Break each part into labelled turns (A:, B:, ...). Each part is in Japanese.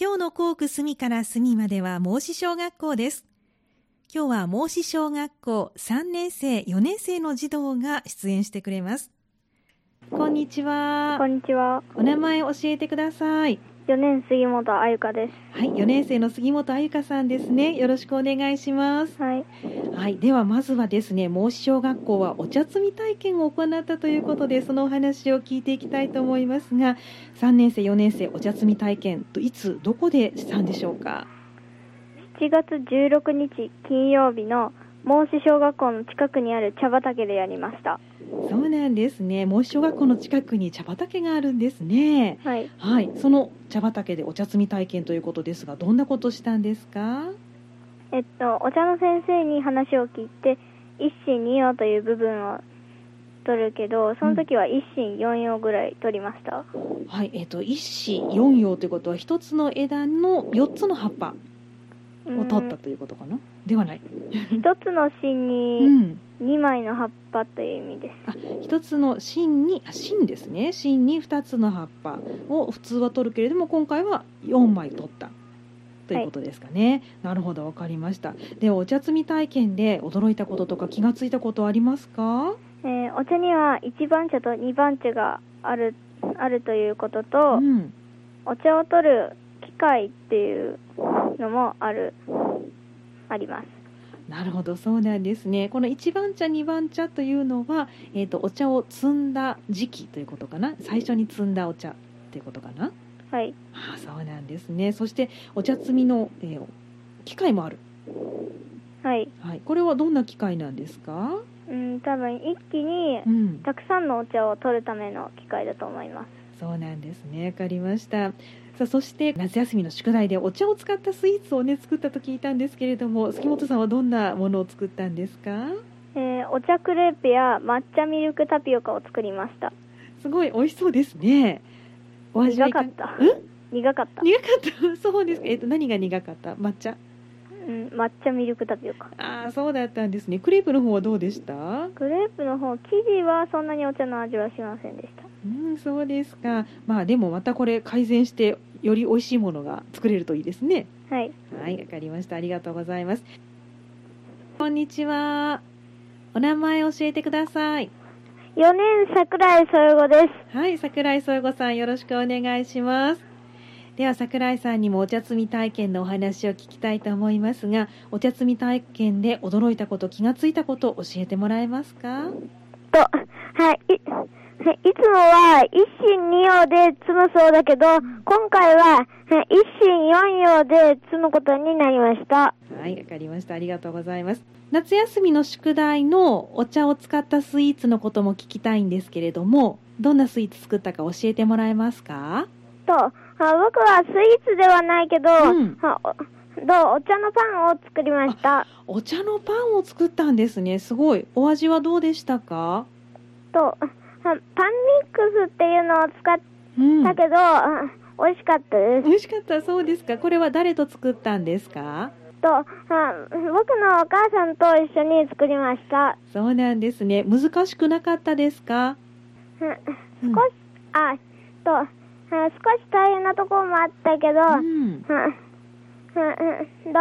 A: 今日の校区隅から隅までは孟子小学校です。今日は孟子小学校3年生、4年生の児童が出演してくれます。こんにちは
B: こ。んにちは。
A: お名前教えてください。
B: 4年杉本あゆかで
A: はい、4年生の杉本あゆかさんですね。よろしくお願いします。
B: す。はい。
A: はい、ではまずはですね、孟子小学校はお茶摘み体験を行ったということで、そのお話を聞いていきたいと思いますが、3年生、4年生、お茶摘み体験、いつ、どこでしたんでしょうか。
B: 7月16日金曜日の孟子小学校の近くにある茶畑でやりました。
A: そうなんですね、孟子小学校の近くに茶畑があるんですね。
B: はい。
A: はい、その茶畑でお茶摘み体験ということですが、どんなことしたんですか。
B: えっと、お茶の先生に話を聞いて、一心二葉という部分を取るけど、その時は一心四葉ぐらい取りました。
A: はい、えっ、と、一子四葉ということは、一つの枝の四つの葉っぱを取ったということかな。ではない。
B: うん一つの芯
A: う
B: に
A: ん。
B: 2枚の葉っぱという意味です。
A: あ一つの芯にあ芯ですね芯に2つの葉っぱを普通は取るけれども今回は4枚取ったということですかね、なるほどわかりましたではお茶摘み体験で驚いたこととか気がついたことありますか
B: えーお茶には1番茶と2番茶がある、あるということと、
A: うん、
B: お茶を取る機械っていうのもあるあります
A: なるほどそうなんですねこの1番茶2番茶というのは、えー、とお茶を摘んだ時期ということかな最初に摘んだお茶ということかな
B: はい
A: ああそうなんですねそしてお茶摘みの、えー機械もある
B: はい
A: はい、これはどんな機械なんですか。
B: うん多分一気に
A: うん、
B: たくさんのお茶を取るための機械だと思います
A: そうなんですね。わかりました。さあ、そして夏休みの宿題でお茶を使ったスイーツをね、作ったと聞いたんですけれども、杉本さんはどんなものを作ったんですか。
B: えーお茶クレープや抹茶ミルクタピオカを作りました
A: すごい美味しそうですね。お味は
B: 苦
A: い
B: か
A: か
B: った
A: え
B: 苦かった、
A: 苦かった。 そうですか。えっ、と、何が苦かった。抹茶。
B: うん、抹茶ミルクタピオカ
A: ああ、そうだったんですね。クレープの方はどうでした。
B: クレープの方生地はそんなにお茶の味はしませんでした
A: うん、そうですか。まあ、でも、またこれ改善して、より美味しいものが作れるといいですね。
B: はい
A: はい、わかりました。ありがとうございます。こんにちは。お名前教えてください。
B: 4年桜井添子です
A: はい、桜井宗吾さん、よろしくお願いします。では桜井さんにもお茶摘み体験のお話を聞きたいと思いますが、お茶摘み体験で驚いたこと、気がついたことを教えてもらえますか？
C: と、はい、い、いつもは一心二葉で摘むそうだけど、今回はえ一心四葉で摘むことになりました。
A: はい、わかりました。ありがとうございます。夏休みの宿題のお茶を使ったスイーツのことも聞きたいんですけれども、どんなスイーツ作ったか教えてもらえますか？
C: と、あ僕はスイーツではないけど、
A: うん
C: あおどうお茶のパンを作りました。
A: お茶のパンを作ったんですね。すごい。お味はどうでしたか？
C: と、あパンミックスっていうのを使っ
A: うん。
C: たけど、あ美味しかったです。
A: 美味しかったそうですか。これは誰と作ったんですか？
C: と、あ僕のお母さんと一緒に作りました。
A: そうなんですね。難しくなかったですか？
C: うん
A: うん
C: 少し、あ、と、あ少し大変なところもあったけど、
A: う
C: うん、
A: ん。
C: うん、うん、ど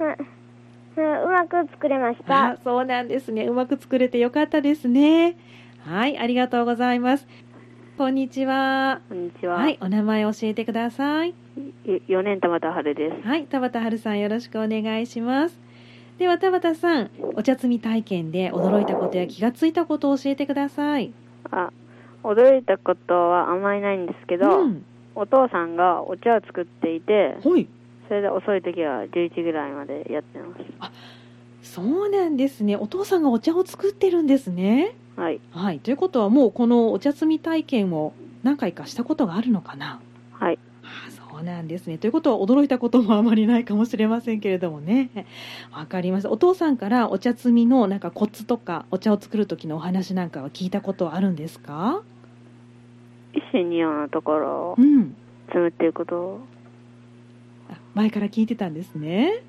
C: う、うん、うんうまく作れまし
A: あ
C: た。、
A: そうなんですね。うまく作れてよかったですね。はい、ありがとうございます。こんにちは。
D: こんにちは。
A: はい、お名前教えてください。
D: よ4年玉田春です。
A: はい、田畑春さんよろしくお願いします。では田畑さん、お茶摘み体験で驚いたことや気がついたことを教えてください。
D: あ、驚いたことはあんまりないんですけど、
A: うん、
D: お父さんがお茶を作っていて、
A: はい。
D: それで遅い時は11ぐらいまでやってます。
A: そうなんですね。お父さんがお茶を作ってるんですね。
D: はい。
A: はい。ということはもうこのお茶摘み体験を何回かしたことがあるのかな。
D: はい。
A: ああそうなんですね。ということは驚いたこともあまりないかもしれませんけれどもね。わかりました。お父さんからお茶摘みのなんかコツとかお茶を作る時のお話なんかは聞いたことはあるんですか。
D: 一心二葉のところを
A: うん。
D: 積むっていうこと
A: あ前から聞いてたんですね。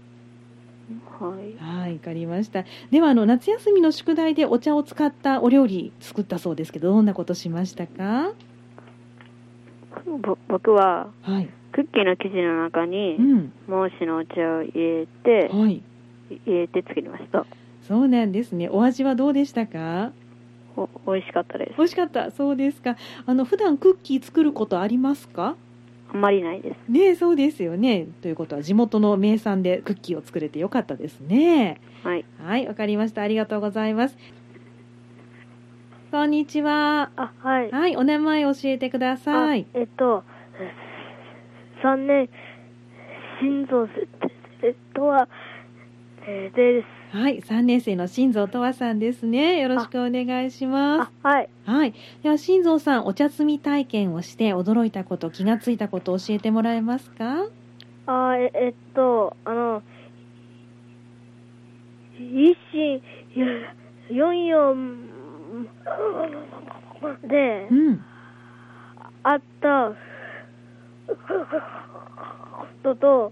D: を、はい。
A: はい、わかりました。ではあの夏休みの宿題でお茶を使ったお料理作ったそうですけど、どんなことしましたか。
D: ぼ僕は
A: はい。
D: クッキーの生地の中に
A: うん、
D: 孟子のお茶を入れて
A: はい、
D: 入れて作りました
A: そうなんですね。お味はどうでしたか？
D: お美味しかったです
A: 美味しかった。そうですか。あの普段クッキー作ることありますか？
D: あんまりないです
A: ねえ、そうですよね。ということは地元の名産でクッキーを作れてよかったですね。
D: はい
A: はい、わかりました。ありがとうございます。こんにちは。
B: あ、はい。
A: はい、お名前教えてください。
B: あえっと、3年、心臓とは、えーです。
A: はい、三年生の新蔵とわさんですね。よろしくお願いしま
B: あ、はい。
A: す。はい、では新蔵さん、お茶摘み体験をして驚いたこと、気がついたことを教えてもらえますか？
B: あええっと、あの、一心四四で
A: うん、
B: あったことと、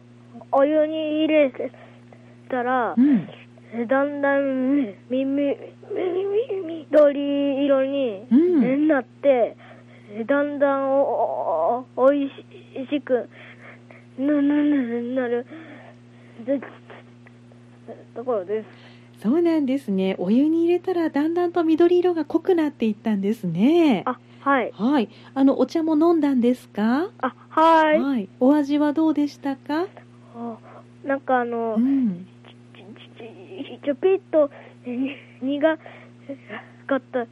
B: お湯に入れたら
A: う、ん、
B: だんだんみみみみ緑色に
A: うん。
B: なって、だんだんおおおいしくななななるでところです。
A: そうなんですね。お湯に入れたらだんだんと緑色が濃くなっていったんですね。
B: あはい
A: はい。あのお茶も飲んだんですか？
B: あはい
A: はい。お味はどうでしたか？
B: おなんかあの
A: うん。
B: ちちちちょぴっとに苦かった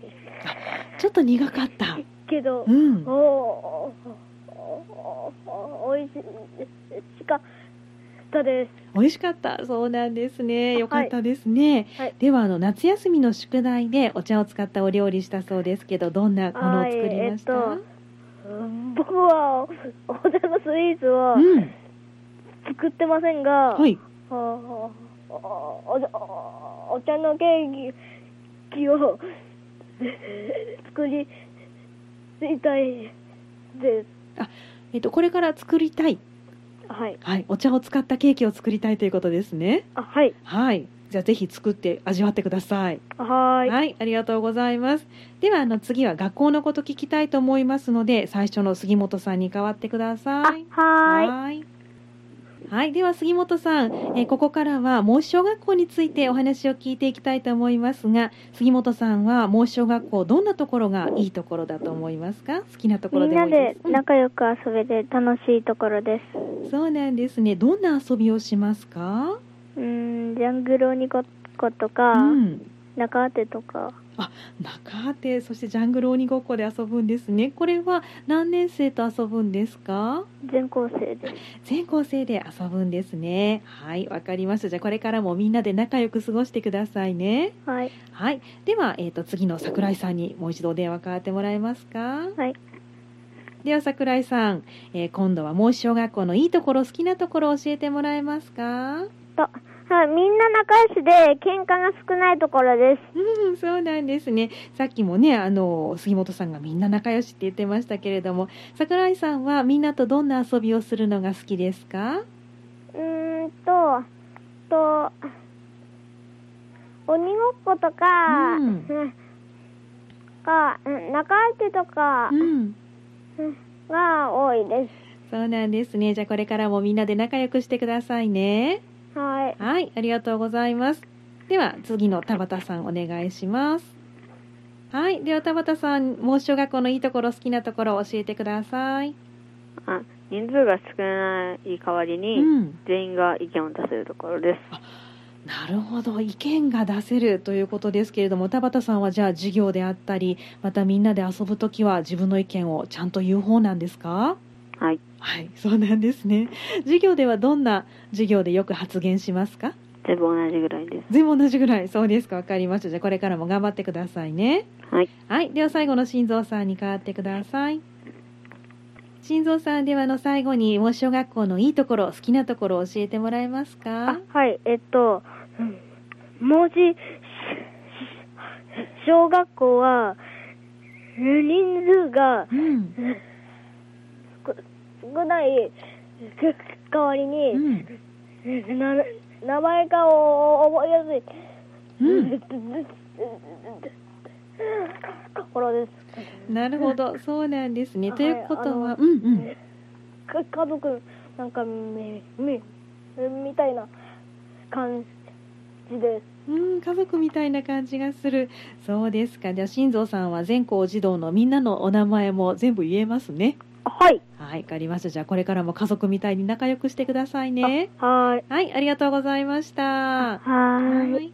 A: ちょっと苦かった。
B: けど
A: う、ん
B: お。おおおおいししかったです。
A: 美味しかった。そうなんですね。
B: はい
A: よかったですね。
B: はい
A: ではあの夏休みの宿題でお茶を使ったお料理したそうですけど、どんなものを作りました？
B: はいえっ僕はおお茶のスイーツは
A: うん。
B: 作ってませんが、
A: はい。
B: おおおおお茶のケーキをえー作りたいです。
A: えっとこれから作りたい。
B: はい。
A: はい。お茶を使ったケーキを作りたいということですね。
B: あはい。
A: はい。じゃあぜひ作って味わってください。
B: あはーい。
A: はい、ありがとうございます。ではあの次は学校のこと聞きたいと思いますので、最初の杉本さんに代わってください。
C: はーい。
A: はい。はい、では杉本さん、えーここからは孟子小学校についてお話を聞いていきたいと思いますが、杉本さんは孟子小学校どんなところがいいところだと思いますか？好きなとこ
C: み
A: ろ
C: ん
A: でも
C: ない
A: いで。
C: です仲良く遊べて楽しいところです。
A: うんそうなんですね。どんな遊びをしますか？
C: うーん、ジャングル鬼ごっことか、
A: うん。
C: 中当てとか、
A: 中当てそしてジャングル鬼ごっこで遊ぶんですねこれは何年生と遊ぶんですか
C: 全校生です。
A: 全校生で遊ぶんですねはいわかりましたじゃあこれからもみんなで仲良く過ごしてくださいね
C: はい。
A: はいでは、えー、と次の桜井さんにもう一度お電話変わってもらえますか
C: はい
A: では桜井さん、えー今度はもう小学校のいいところ好きなところを教えてもらえますか
C: はい、みんな仲良しで喧嘩が少ないところです。
A: うん、そうなんですね。さっきもね、あの杉本さんがみんな仲良しって言ってましたけれども、桜井さんはみんなとどんな遊びをするのが好きですか？
C: うーんと、と、鬼ごっことか、
A: うん
C: うんか、うん中当てとか
A: うん、
C: が多いで
A: そうなんですね。じゃあこれからもみんなで仲良くしてくださいね。
C: す。はい。
A: はい、ありがとうございます。では次の田畑さんお願いします。はい、では田畑さん、もう小学校のいいところ好きなところを教えてください。
D: あ人数が少ない代わり
A: う
D: に、
A: ん。
D: 全員が意見を出せるところです
A: なるほど意見が出せるということですけれども田畑さんはじゃあ授業であったりまたみんなで遊ぶときは自分の意見をちゃんと言う方なんですか
D: はい
A: はいそうなんですね授業ではどんな授業でよく発言しますか
D: 全部同じぐらいで
A: 全部同じぐらいそうですかわかりましたじゃあこれからも頑張ってくださいね
D: はい、
A: はい、では最後の心臓さんに代わってください心臓さんではあの最後にもし小学校のいいところ好きなところを教えてもらえますか
B: あはい。えっと、うん文字しし小学校は人数が
A: うん、
B: 少ない代わり
A: う
B: に、
A: ん
B: な名前がお覚えやすい。
A: うん
B: ところです。
A: なるほど、そうなんですね。
B: あ
A: ということ
B: は
A: は、
B: い
A: うんうん、
B: か家族なんかみみみたいな感じです。
A: うん、家族みたいな感じがする。そうですか。じゃあ、新蔵さんは全校児童のみんなのお名前も全部言えますね。
E: はい。
A: はい、わかりました。じゃあ、これからも家族みたいに仲良くしてくださいね。
E: はい。
A: はい、ありがとうございました。
C: はーい。
A: はい